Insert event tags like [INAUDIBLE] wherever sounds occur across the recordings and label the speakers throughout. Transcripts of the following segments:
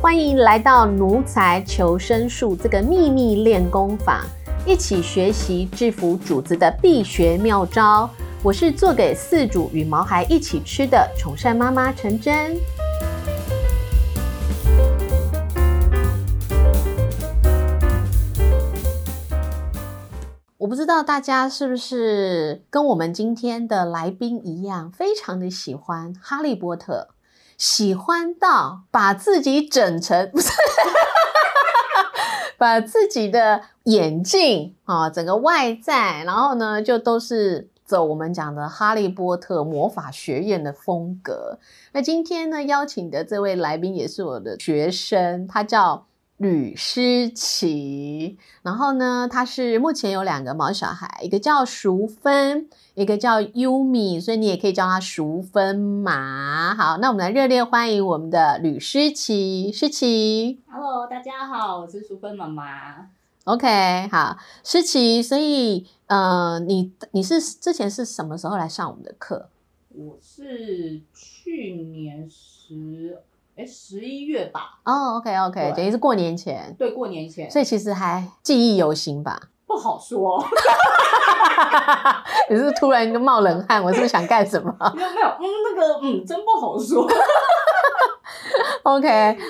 Speaker 1: 欢迎来到奴才求生术这个秘密练功法，一起学习制服主子的必学妙招。我是做给饲主与毛孩一起吃的宠善妈妈陈真。我不知道大家是不是跟我们今天的来宾一样，非常的喜欢《哈利波特》，喜欢到把自己整成 [LAUGHS] 不是，把自己的眼镜啊、整个外在，然后呢，就都是走我们讲的《哈利波特》魔法学院的风格。那今天呢，邀请的这位来宾也是我的学生，他叫吕诗琪。然后呢，他是目前有两个毛小孩，一个叫淑芬，一个叫优米，所以你也可以叫他淑芬嘛。好，那我们来热烈欢迎我们的吕诗琪，诗琪。
Speaker 2: Hello，大家好，我是淑芬妈妈。
Speaker 1: OK，好，诗琪，所以呃，你你是之前是什么时候来上我们的课？
Speaker 2: 我是去年十哎十一月吧，
Speaker 1: 哦，OK，OK、o k
Speaker 2: 对
Speaker 1: OK，等于是过年前，
Speaker 2: 对，过年前，
Speaker 1: 所以其实还记忆犹新吧。 [LAUGHS]
Speaker 2: 不好说， [LAUGHS]
Speaker 1: 你是不是突然就冒冷汗，我是不是想干什么？
Speaker 2: 没有没有，嗯，那个嗯，真不好说。
Speaker 1: OK，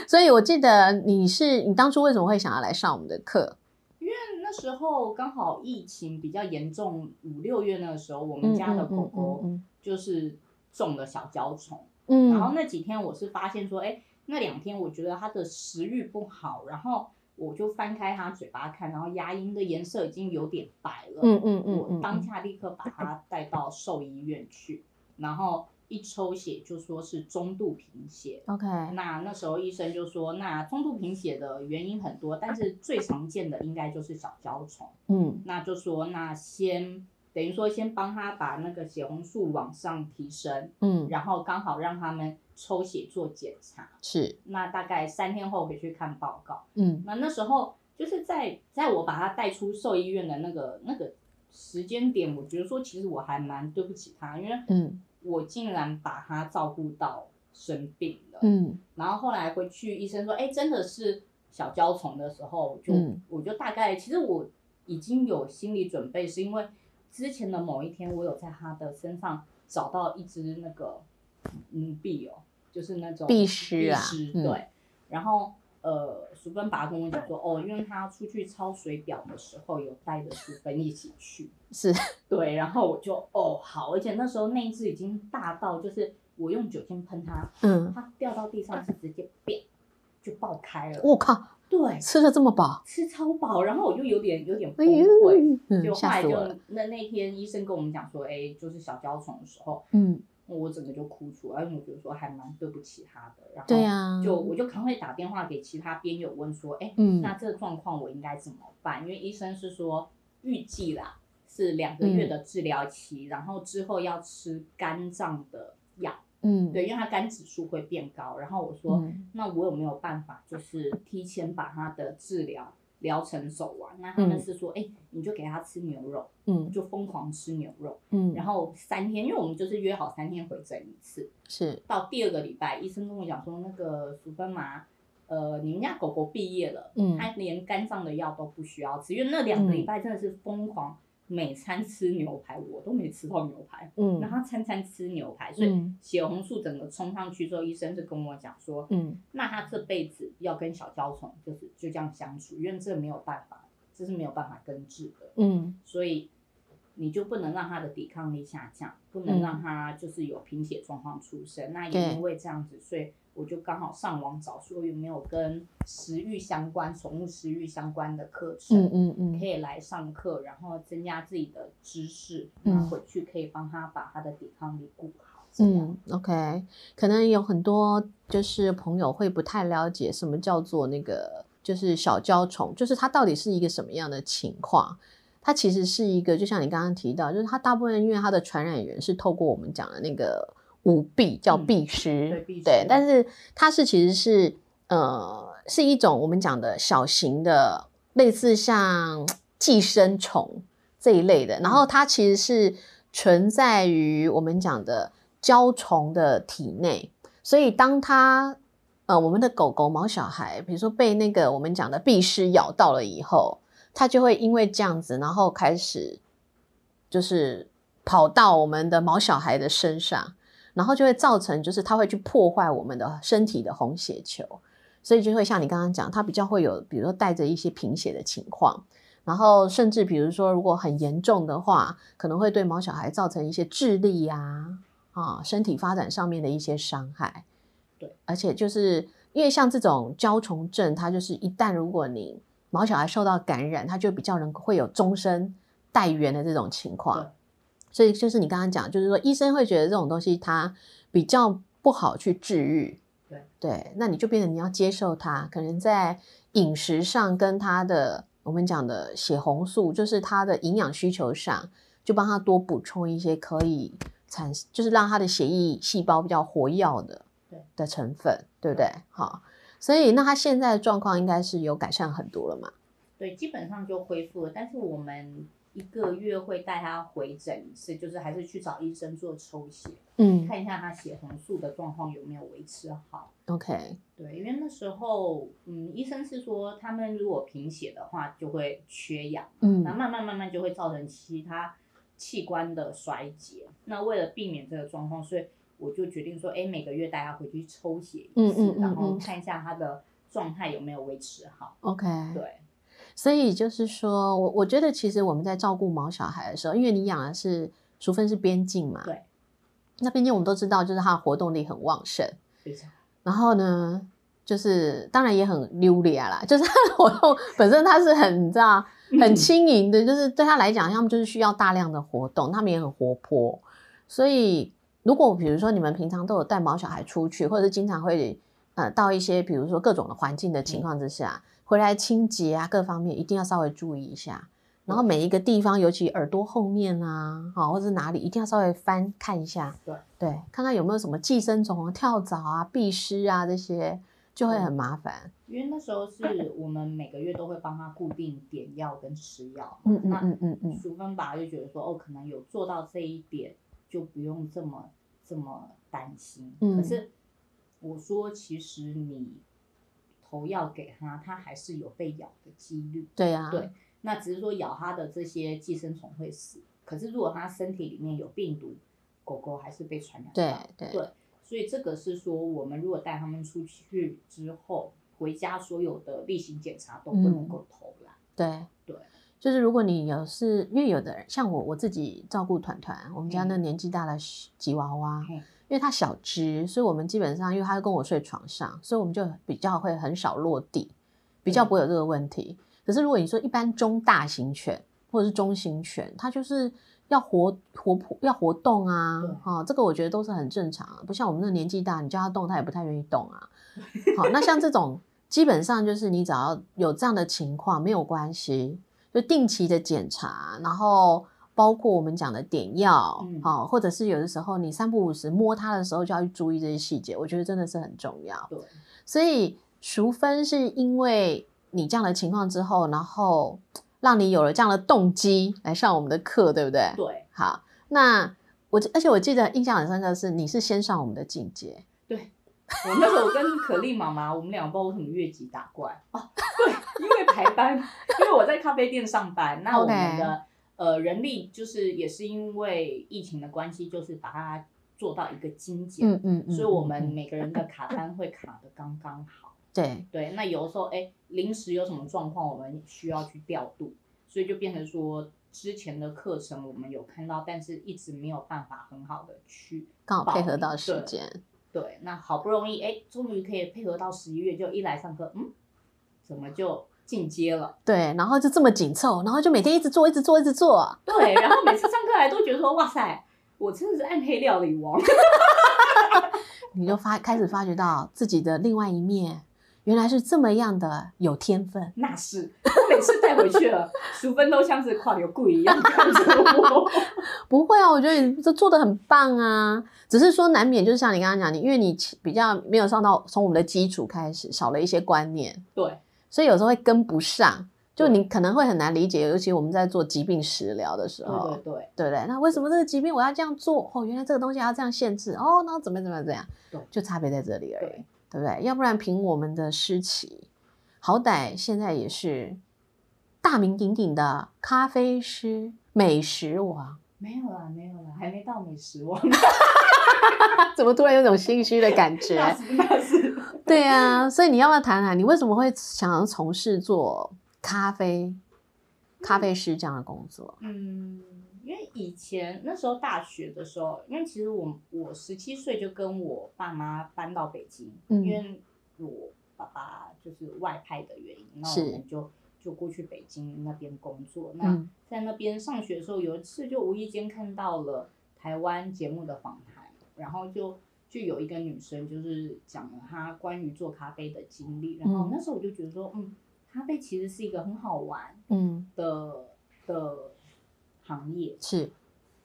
Speaker 1: 所以我记得你是你当初为什么会想要来上我们的课？
Speaker 2: 那时候刚好疫情比较严重，五六月那个时候，我们家的狗狗
Speaker 1: 嗯
Speaker 2: 就是中了小焦虫，
Speaker 1: 嗯
Speaker 2: 然后那几天我是发现说，哎，那两天我觉得它的食欲不好，然后我就翻开它嘴巴看，然后牙龈的颜色已经有点白了，
Speaker 1: 嗯嗯嗯
Speaker 2: 我
Speaker 1: 嗯，
Speaker 2: 当下立刻
Speaker 1: [LAUGHS]
Speaker 2: 把他带到兽医院去，然后一抽血就说是中度贫血。
Speaker 1: OK，
Speaker 2: 那那时候医生就说，那中度贫血的原因很多，但是最常见的应该就是小焦虫。
Speaker 1: 嗯
Speaker 2: 那就说，那先等于说先帮他把那个血红素往上提升，
Speaker 1: 嗯
Speaker 2: 然后刚好让他们抽血做检查。
Speaker 1: 是
Speaker 2: 那大概三天后回去看报告。
Speaker 1: 嗯
Speaker 2: 那那时候就是在在我把他带出兽医院的那个那个时间点，我觉得说其实我还蛮对不起他，因为
Speaker 1: 嗯
Speaker 2: 我竟然把他照顾到生病了。
Speaker 1: 嗯
Speaker 2: 然后后来回去医生说，哎，真的是小焦虫的时候，我就、
Speaker 1: 嗯
Speaker 2: 我就大概其实我已经有心理准备，是因为之前的某一天我有在他的身上找到一只那个嗯壁哦，就是那种
Speaker 1: 壁虱啊
Speaker 2: 壁虱
Speaker 1: 嗯
Speaker 2: 对，然后。呃，淑芬爸跟我讲说，哦，因为他出去抄水表的时候有带着淑芬一起去，
Speaker 1: 是
Speaker 2: 对，然后我就哦好，而且那时候那一只已经大到，就是我用酒精喷它，
Speaker 1: 嗯，
Speaker 2: 它掉到地上是直接变就爆开了。
Speaker 1: 我靠，
Speaker 2: 对，
Speaker 1: 吃的这么饱，
Speaker 2: 吃超饱，然后我就有点有点
Speaker 1: 哎
Speaker 2: 崩
Speaker 1: 呦
Speaker 2: 溃。，
Speaker 1: 嗯
Speaker 2: 就后
Speaker 1: 吓
Speaker 2: 来
Speaker 1: 死
Speaker 2: 就
Speaker 1: 我了，
Speaker 2: 那那天医生跟我们讲说，哎，就是小焦虫的时候，
Speaker 1: 嗯
Speaker 2: 我整个就哭出来，因为我觉得说还蛮对不起他的。然后
Speaker 1: 对呀，
Speaker 2: 就我就赶快打电话给其他边友问说，哎，
Speaker 1: 嗯
Speaker 2: 那这个状况我应该怎么办？因为医生是说预计啦是两个月的
Speaker 1: 嗯
Speaker 2: 治疗期，然后之后要吃肝脏的药，
Speaker 1: 嗯
Speaker 2: 对，因为它肝指数会变高。然后我说，
Speaker 1: 嗯
Speaker 2: 那我有没有办法就是提前把他的治疗疗程走完？那他们
Speaker 1: 嗯
Speaker 2: 是说，哎、你就给他吃牛肉，
Speaker 1: 嗯
Speaker 2: 就疯狂吃牛肉，
Speaker 1: 嗯
Speaker 2: 然后三天，因为我们就是约好三天回诊一次。
Speaker 1: 是
Speaker 2: 到第二个礼拜，医生跟我讲说，那个淑芬麻，呃，你们家狗狗毕业了，
Speaker 1: 嗯
Speaker 2: 它连肝脏的药都不需要吃，因为那两个礼拜真的是疯狂，每餐吃牛排，我都没吃到牛排，然
Speaker 1: 嗯
Speaker 2: 后它餐餐吃牛排，所以
Speaker 1: 嗯
Speaker 2: 血红素整个冲上去之后，医生就跟我讲说，
Speaker 1: 嗯
Speaker 2: 那他这辈子要跟小焦虫就是就这样相处，因为这没有办法，这是没有办法根治的，
Speaker 1: 嗯
Speaker 2: 所以你就不能让他的抵抗力下降，不
Speaker 1: 嗯
Speaker 2: 能让他就是有贫血状况出生。那
Speaker 1: 对
Speaker 2: 也因为这样子，所以我就刚好上网找说有没有跟食欲相关、宠物食欲相关的课
Speaker 1: 嗯
Speaker 2: 程。
Speaker 1: 嗯嗯
Speaker 2: 可以来上课，然后增加自己的知识，
Speaker 1: 嗯
Speaker 2: 那回去可以帮他把他的抵抗力顾好。这样
Speaker 1: 嗯，OK，可能有很多就是朋友会不太了解什么叫做那个就是小焦虫，就是它到底是一个什么样的情况。它其实是一个，就像你刚刚提到，就是它大部分因为它的传染源是透过我们讲的那个舞弊，叫
Speaker 2: 嗯
Speaker 1: 壁虱、
Speaker 2: 对壁虱
Speaker 1: 对，但是它是其实是呃是一种我们讲的小型的，类似像寄生虫这一类的，然后它其实是存在于我们讲的胶虫的体内，所以当它呃，我们的狗狗、毛小孩，比如说被那个我们讲的壁虱咬到了以后，它就会因为这样子，然后开始就是跑到我们的毛小孩的身上，然后就会造成就是它会去破坏我们的身体的红血球，所以就会像你刚刚讲，它比较会有，比如说带着一些贫血的情况。然后，甚至比如说，如果很严重的话，可能会对毛小孩造成一些智力呀、啊、身体发展上面的一些伤害。
Speaker 2: 对，
Speaker 1: 而且就是因为像这种焦虫症，它就是一旦如果你毛小孩受到感染，它就比较能会有终身带源的这种情
Speaker 2: 对
Speaker 1: 况。所以就是你刚刚讲，就是说医生会觉得这种东西它比较不好去治愈。
Speaker 2: 对
Speaker 1: 对，那你就变成你要接受它，可能在饮食上跟它的我们讲的血红素，就是它的营养需求上，就帮它多补充一些可以产，就是让它的血液细胞比较活跃的
Speaker 2: 对
Speaker 1: 的成分，对不对
Speaker 2: 对？
Speaker 1: 好，所以那它现在的状况应该是有改善很多了嘛？
Speaker 2: 对，基本上就恢复了。但是我们一个月会带他回诊一次，就是还是去找医生做抽血，
Speaker 1: 嗯
Speaker 2: 看一下他血红素的状况有没有维持好。
Speaker 1: ，OK，
Speaker 2: 对，因为那时候，嗯，医生是说他们如果贫血的话就会缺氧，那
Speaker 1: 嗯
Speaker 2: 慢慢慢慢就会造成其他器官的衰竭。那为了避免这个状况，所以我就决定说，哎，每个月带他回去抽血一次，
Speaker 1: 嗯嗯嗯
Speaker 2: 然后
Speaker 1: 嗯
Speaker 2: 看一下他的状态有没有维持好。
Speaker 1: ，OK，
Speaker 2: 对，
Speaker 1: 所以就是说，我我觉得其实我们在照顾毛小孩的时候，因为你养的是淑芬是边境嘛，
Speaker 2: 对，
Speaker 1: 那边境我们都知道，就是它的活动力很旺盛，
Speaker 2: 非常。
Speaker 1: 然后呢，就是当然也很溜达啦，就是它的活动本身它是很你知道很轻盈的，就是对他来讲，他们就是需要大量的活动，他们也很活泼。所以，如果比如说你们平常都有带毛小孩出去，或者是经常会呃到一些比如说各种的环境的情况之下，回来清洁啊各方面一定要稍微注意一下。然后每一个地方，尤其耳朵后面啊，好、或者是哪里，一定要稍微翻看一下，
Speaker 2: 对
Speaker 1: 对，看看有没有什么寄生虫啊、跳蚤啊、蜱虱啊这些，就会很麻烦。
Speaker 2: 因为那时候是我们每个月都会帮他固定点药跟吃药，
Speaker 1: 嗯嗯嗯嗯嗯，
Speaker 2: 淑芬爸就觉得说，哦，可能有做到这一点，就不用这么这么担心。
Speaker 1: 嗯
Speaker 2: 可是我说，其实你投药给他，他还是有被咬的几率。
Speaker 1: 对呀、
Speaker 2: 对那只是说咬他的这些寄生虫会死，可是如果他身体里面有病毒，狗狗还是被传染
Speaker 1: 对
Speaker 2: 到。
Speaker 1: 对
Speaker 2: 对所以这个是说，我们如果带他们出去之后，回家所有的例行检查都不
Speaker 1: 嗯
Speaker 2: 能够偷懒。
Speaker 1: 对
Speaker 2: 对，
Speaker 1: 就是如果你有是，因为有的人像我，我自己照顾团团，我们家那年纪大的吉娃娃，
Speaker 2: 嘿
Speaker 1: 因为它小只，所以我们基本上因为它跟我睡床上，所以我们就比较会很少落地，比
Speaker 2: 嗯
Speaker 1: 较不会有这个问题。可是如果你说一般中大型犬或者是中型犬，它就是要活活泼要活动啊
Speaker 2: 对，
Speaker 1: 哈、这个我觉得都是很正常啊的，不像我们那个年纪大，你叫它动它也不太愿意动啊。
Speaker 2: [LAUGHS]
Speaker 1: 好，那像这种基本上就是你只要有这样的情况没有关系，就定期的检查，然后包括我们讲的点药，
Speaker 2: 嗯
Speaker 1: 好、或者是有的时候你三不五时摸它的时候就要去注意这些细节，我觉得真的是很重要。
Speaker 2: 对，
Speaker 1: 所以淑芬是因为你这样的情况之后，然后让你有了这样的动机来上我们的课，对不对？
Speaker 2: 对
Speaker 1: 好，那我而且我记得印象很深刻的是，你是先上我们的进阶，
Speaker 2: 对，我那时候跟可丽妈妈，我们俩不知道为什么越级打怪哦，对，因为排班，因为我在咖啡店上班，那我们的呃人力就是也是因为疫情的关系，就是把它做到一个精简，
Speaker 1: 嗯嗯嗯，
Speaker 2: 所以我们
Speaker 1: 嗯嗯
Speaker 2: 每个人的卡单会卡的刚刚好。
Speaker 1: 对
Speaker 2: 对，那有的时候哎，临时有什么状况，我们需要去调度，所以就变成说之前的课程我们有看到，但是一直没有办法很好的去
Speaker 1: 刚好配合
Speaker 2: 报名
Speaker 1: 到时
Speaker 2: 对
Speaker 1: 间，
Speaker 2: 对，那好不容易哎，终于可以配合到十一月，就一来上课，嗯，怎么就进阶了？ [LAUGHS]
Speaker 1: 对，然后就这么紧凑，然后就每天一直做，一直做，一直做。
Speaker 2: 对，然后每次上课来都觉得说，哇塞，我真的是暗黑料理王。
Speaker 1: 你就发开始发觉到自己的另外一面，原来是这么样的有天分。
Speaker 2: 那是，我每次带回去了，淑芬都像是跨流鬼一样看着我。 [LAUGHS]
Speaker 1: 不会啊，我觉得你这做的很棒啊，只是说难免就是像你刚刚讲，你因为你比较没有上到从我们的基础开始，少了一些观念，
Speaker 2: 对
Speaker 1: 所以有时候会跟不上，就
Speaker 2: 对
Speaker 1: 你可能会很难理解，尤其我们在做疾病食疗的时
Speaker 2: 对
Speaker 1: 候，
Speaker 2: 对对
Speaker 1: 对不对？那为什么这个疾病我要这样做？哦，原来这个东西还要这样限制哦，那怎么怎么怎么样
Speaker 2: 对，
Speaker 1: 就差别在这里而已
Speaker 2: 对。
Speaker 1: 对不对？要不然凭我们的诗旗，好歹现在也是大名鼎鼎的咖啡师、美食王，
Speaker 2: 没有啦，没有啦，还没到美食王。
Speaker 1: 怎么突然有种心虚的感
Speaker 2: 那
Speaker 1: 觉？
Speaker 2: 是那是，
Speaker 1: [LAUGHS] 对啊，所以你要不要谈谈你为什么会想要从事做咖啡、咖啡师这样的工作？
Speaker 2: 嗯，因为以前那时候大学的时候，因为其实我我十七岁就跟我爸妈搬到北京，
Speaker 1: 嗯
Speaker 2: 因为我爸爸就是外派的原因，那
Speaker 1: 是
Speaker 2: 我们就就过去北京那边工作。那
Speaker 1: 嗯
Speaker 2: 在那边上学的时候，有一次就无意间看到了台湾节目的访谈，然后就就有一个女生就是讲了她关于做咖啡的经历，然后
Speaker 1: 嗯
Speaker 2: 那时候我就觉得说，嗯，咖啡其实是一个很好玩
Speaker 1: 嗯，
Speaker 2: 的的行业，
Speaker 1: 是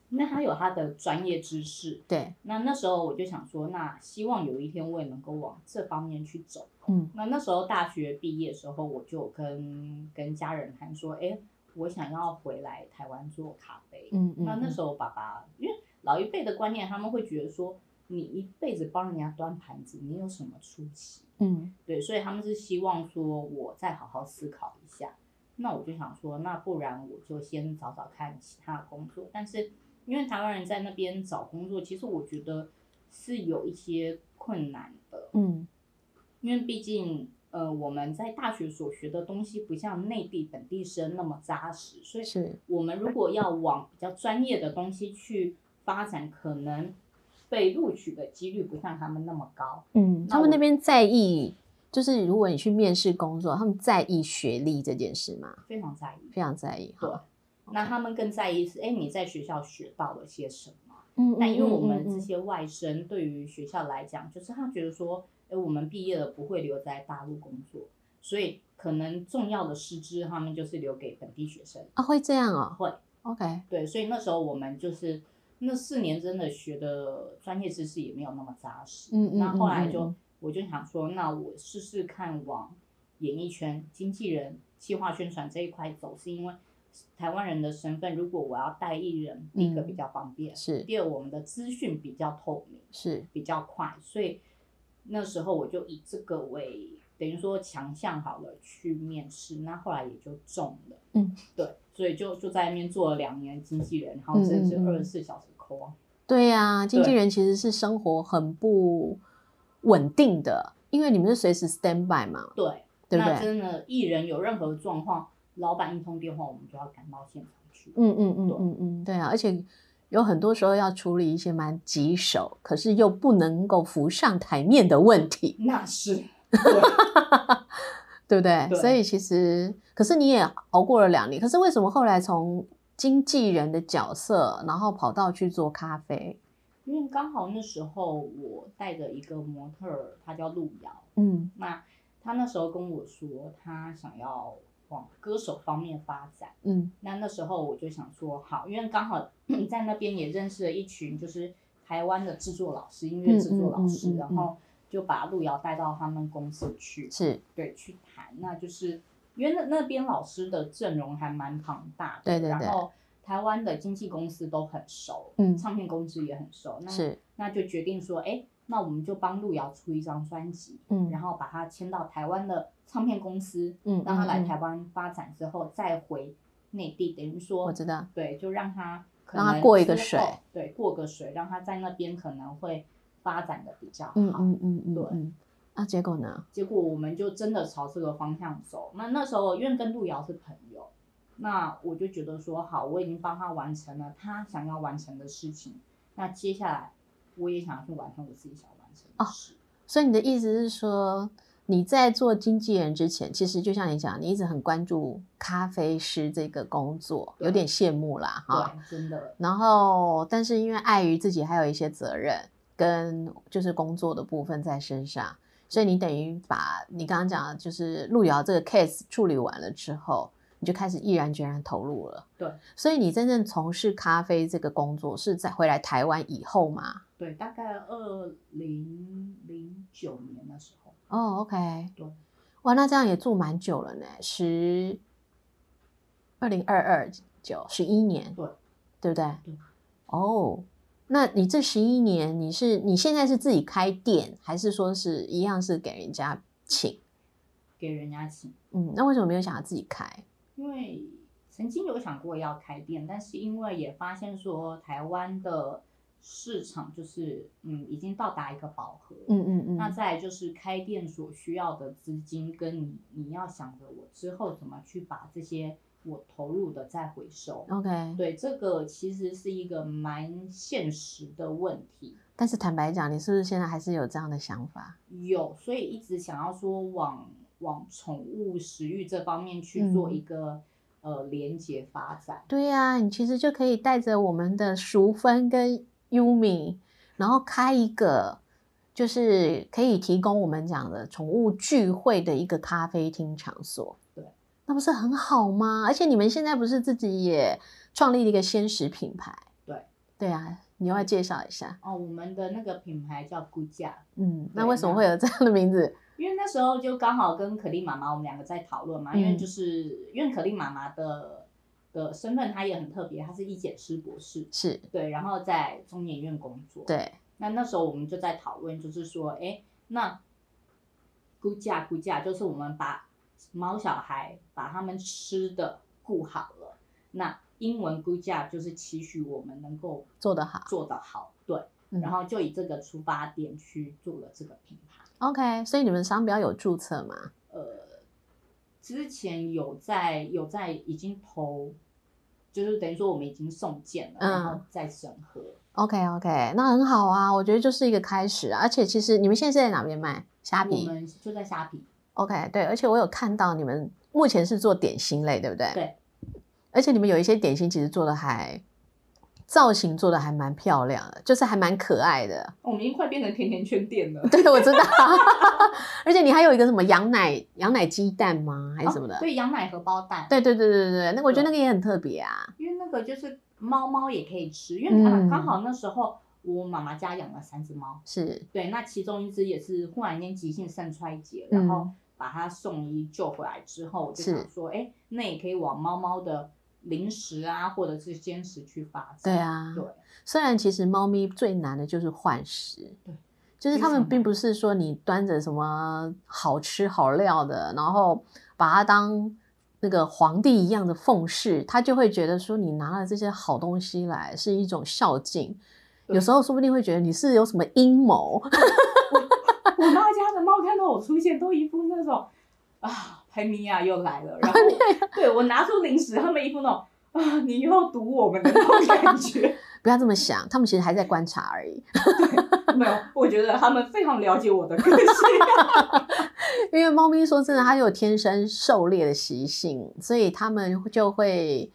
Speaker 2: 那它有它的专业知识。
Speaker 1: 对，
Speaker 2: 那那时候我就想说，那希望有一天我也能够往这方面去走。
Speaker 1: 嗯
Speaker 2: 那那时候大学毕业的时候，我就跟跟家人谈说，哎、我想要回来台湾做咖啡。
Speaker 1: 嗯嗯，
Speaker 2: 那那
Speaker 1: 候
Speaker 2: 时候爸爸，因为老一辈的观念，他们会觉得说，你一辈子帮人家端盘子，你有什么出息？
Speaker 1: 嗯
Speaker 2: 对，所以他们是希望说我再好好思考一下。那我就想说，那不然我就先找找看其他的工作。但是因为台湾人在那边找工作，其实我觉得是有一些困难的，
Speaker 1: 嗯
Speaker 2: 因为毕竟呃我们在大学所学的东西不像内地本地生那么扎实，所以
Speaker 1: 是
Speaker 2: 我们如果要往比较专业的东西去发展，可能被录取的几率不像他们那么高。
Speaker 1: 嗯，
Speaker 2: 那
Speaker 1: 他们
Speaker 2: 我
Speaker 1: 那边在意，就是如果你去面试工作，他们在意学历这件事吗？
Speaker 2: 非常在意。
Speaker 1: 非常在意
Speaker 2: 对
Speaker 1: 哈。
Speaker 2: 那他们更在意是，哎，你在学校学到了些什么？
Speaker 1: 嗯
Speaker 2: 那因为我们
Speaker 1: 嗯嗯
Speaker 2: 这些外生，对于学校来讲，就是他觉得说，哎，我们毕业了不会留在大陆工作，所以可能重要的师资他们就是留给本地学生。
Speaker 1: 啊会这样哦，
Speaker 2: 会，
Speaker 1: OK，
Speaker 2: 对，所以那时候我们就是那四年真的学的专业知识也没有那么扎实。
Speaker 1: 嗯嗯
Speaker 2: 那后来就、
Speaker 1: 嗯嗯
Speaker 2: 我就想说，那我试试看往演艺圈、经纪人、企划宣传这一块走，是因为台湾人的身份，如果我要带艺人，第一个
Speaker 1: 嗯
Speaker 2: 比较方便，
Speaker 1: 是
Speaker 2: 第二我们的资讯比较透明，
Speaker 1: 是，
Speaker 2: 比较快，所以那时候我就以这个为等于说强项好了去面试，那后来也就中了，
Speaker 1: 嗯，
Speaker 2: 对，所以就就在那边做了两年经纪人，然后真的是
Speaker 1: 嗯嗯嗯
Speaker 2: 二十四小时 call，啊
Speaker 1: 对呀、经纪
Speaker 2: 对
Speaker 1: 人其实是生活很不稳定的，因为你们是随时 stand by 嘛，
Speaker 2: 对，
Speaker 1: 对不
Speaker 2: 那
Speaker 1: 对？
Speaker 2: 真的艺人有任何状况，老板一通电话，我们就要赶到现场去，
Speaker 1: 嗯嗯嗯
Speaker 2: 对
Speaker 1: 嗯嗯，对啊，而且有很多时候要处理一些蛮棘手，可是又不能够浮上台面的问题，
Speaker 2: 那是，
Speaker 1: 对不对？
Speaker 2: 对
Speaker 1: 所以其实，可是你也熬过了两年，可是为什么后来从经纪人的角色，然后跑到去做咖啡？
Speaker 2: 因为刚好那时候我带着一个模特儿，她叫路遥，
Speaker 1: 嗯
Speaker 2: 那她那时候跟我说，她想要往歌手方面发展。
Speaker 1: 嗯
Speaker 2: 那那时候我就想说，好，因为刚好 [CLEARS THROAT] 在那边也认识了一群就是台湾的制作老师、音乐制作老
Speaker 1: 嗯
Speaker 2: 师，
Speaker 1: 嗯嗯嗯嗯
Speaker 2: 然后就把路遥带到他们公司去，
Speaker 1: 是，
Speaker 2: 对，去谈。那就是因为那那边老师的阵容还蛮庞大的，
Speaker 1: 对对对
Speaker 2: 然后台湾的经纪公司都很熟，
Speaker 1: 嗯
Speaker 2: 唱片公司也很熟，那
Speaker 1: 是，
Speaker 2: 那就决定说，哎，那我们就帮路遥出一张专辑，
Speaker 1: 嗯，
Speaker 2: 然
Speaker 1: 后
Speaker 2: 后把他签到台湾的唱片公司，
Speaker 1: 嗯
Speaker 2: 让他来台
Speaker 1: 嗯
Speaker 2: 湾发展之后再回内地，等于
Speaker 1: 我
Speaker 2: 说
Speaker 1: 知道，
Speaker 2: 对，就让他可
Speaker 1: 让
Speaker 2: 能
Speaker 1: 他过一个
Speaker 2: 之后
Speaker 1: 水，
Speaker 2: 对，过个水，让他在那边可能会发展的比较好。
Speaker 1: 嗯嗯嗯嗯
Speaker 2: 对
Speaker 1: 嗯，啊，结果呢？
Speaker 2: 结果我们就真的朝这个方向走。那那时候因为跟路遥是朋友，那我就觉得说好，我已经帮他完成了他想要完成的事情，那接下来我也想要去完成我自己想完成的事。
Speaker 1: 所以你的意思是说，你在做经纪人之前，其实就像你讲，你一直很关注咖啡师这个工作，
Speaker 2: 对
Speaker 1: 有点羡慕啦哈。
Speaker 2: 对，真的。
Speaker 1: 然后，但是因为碍于自己还有一些责任跟就是工作的部分在身上，所以你等于把你刚刚讲的就是路遥这个 case 处理完了之后，你就开始毅然决然投入了。
Speaker 2: 对，
Speaker 1: 所以你真正从事咖啡这个工作是在回来台湾以后吗？
Speaker 2: 对，大概二零零九年的时候，
Speaker 1: 哦，OK，
Speaker 2: 对，
Speaker 1: 哇，那这样也做蛮久了呢，十二零二二九十一年，
Speaker 2: 对，
Speaker 1: 对不对？
Speaker 2: 对
Speaker 1: 哦，那你这十一年，你是你现在是自己开店，还是说是一样是给人家请？
Speaker 2: 给人家请。
Speaker 1: 嗯，那为什么没有想要自己开？
Speaker 2: 因为曾经有想过要开店，但是因为也发现说台湾的市场就是嗯已经到达一个饱和，
Speaker 1: 嗯嗯嗯。
Speaker 2: 那再来就是开店所需要的资金，跟你你要想着我之后怎么去把这些我投入的再回收。
Speaker 1: OK，
Speaker 2: 对，这个其实是一个蛮现实的问题。
Speaker 1: 但是坦白讲，你是不是现在还是有这样的想法？
Speaker 2: 有，所以一直想要说往往宠物食欲这方面去做一个、呃连接发展。
Speaker 1: 对呀、你其实就可以带着我们的淑芬跟 Yumi，然后开一个就是可以提供我们讲的宠物聚会的一个咖啡厅场所。
Speaker 2: 对，
Speaker 1: 那不是很好吗？而且你们现在不是自己也创立了一个鲜食品牌？
Speaker 2: 对，
Speaker 1: 对啊，你要不要介绍一下？
Speaker 2: 哦，我们的那个品牌叫 Good 价，
Speaker 1: 嗯，那
Speaker 2: 对
Speaker 1: 为什么
Speaker 2: 那
Speaker 1: 会有这样的名字？
Speaker 2: 因为那时候就刚好跟可丽妈妈我们两个在讨论嘛，
Speaker 1: 嗯
Speaker 2: 因为就是因为可丽妈妈的的身份她也很特别，她是医检师博士，
Speaker 1: 是
Speaker 2: 对，然后在中研院工作。，
Speaker 1: 对，
Speaker 2: 那那时候我们就在讨论，就是说，哎，那估价估价，就是我们把猫小孩把他们吃的顾好了，那英文估价就是期许我们能够
Speaker 1: 做得好。
Speaker 2: 做得好，对，
Speaker 1: 嗯
Speaker 2: 然后就以这个出发点去做了这个品牌。
Speaker 1: OK，所以你们商标有注册吗？
Speaker 2: 呃，之前有在有在已经投，就是等于说我们已经送件了，
Speaker 1: 嗯
Speaker 2: 然后再审核。
Speaker 1: OK OK，那很好啊，我觉得就是一个开始啊。而且其实你们现在是在哪边卖虾
Speaker 2: 我
Speaker 1: 皮
Speaker 2: 们就在虾皮，
Speaker 1: ？OK，对，而且我有看到你们目前是做点心类，对不对？
Speaker 2: 对。
Speaker 1: 而且你们有一些点心其实做的还造型做的还蛮漂亮的，就是还蛮可爱的。 [LAUGHS]
Speaker 2: 哦我们已经快变成甜甜圈店了。
Speaker 1: 对，我知道。 [LAUGHS] 而且你还有一个什么羊奶羊奶鸡蛋吗？还是什么的？
Speaker 2: 哦对，羊奶荷包蛋，，
Speaker 1: 对对对对对，那个我觉得那个也很特别啊。
Speaker 2: 因为那个就是猫猫也可以吃，因
Speaker 1: 嗯
Speaker 2: 为刚刚好那时候我妈妈家养了三只猫，
Speaker 1: 是，
Speaker 2: 对，那其中一只也是忽然间急性肾衰竭，
Speaker 1: 嗯
Speaker 2: 然后把它送医救回来之后，我就是想说，哎，那也可以往猫猫的零食啊，或者是鲜食去发展。
Speaker 1: 对啊。
Speaker 2: 对。
Speaker 1: 虽然其实猫咪最难的就是换食，
Speaker 2: 对，
Speaker 1: 就是它
Speaker 2: 非常
Speaker 1: 们
Speaker 2: 难
Speaker 1: 并不是说你端着什么好吃好料的，然后把它当那个皇帝一样的奉侍，它就会觉得说你拿了这些好东西来是一种孝敬。
Speaker 2: 对
Speaker 1: 有时候说不定会觉得你是有什么阴谋， [LAUGHS]
Speaker 2: 我妈家的猫看到我出现，都一副那种啊，拍米娅又来了， [LAUGHS] 然后对我拿出零食，他们一副那种啊，你又要毒我们的那种感觉。 [LAUGHS]
Speaker 1: 不要这么想，他们其实还在观察而已。
Speaker 2: 没有，我觉得他们非常了解我的个性。
Speaker 1: 因为猫咪说真的，它有天生狩猎的习性，所以它们就会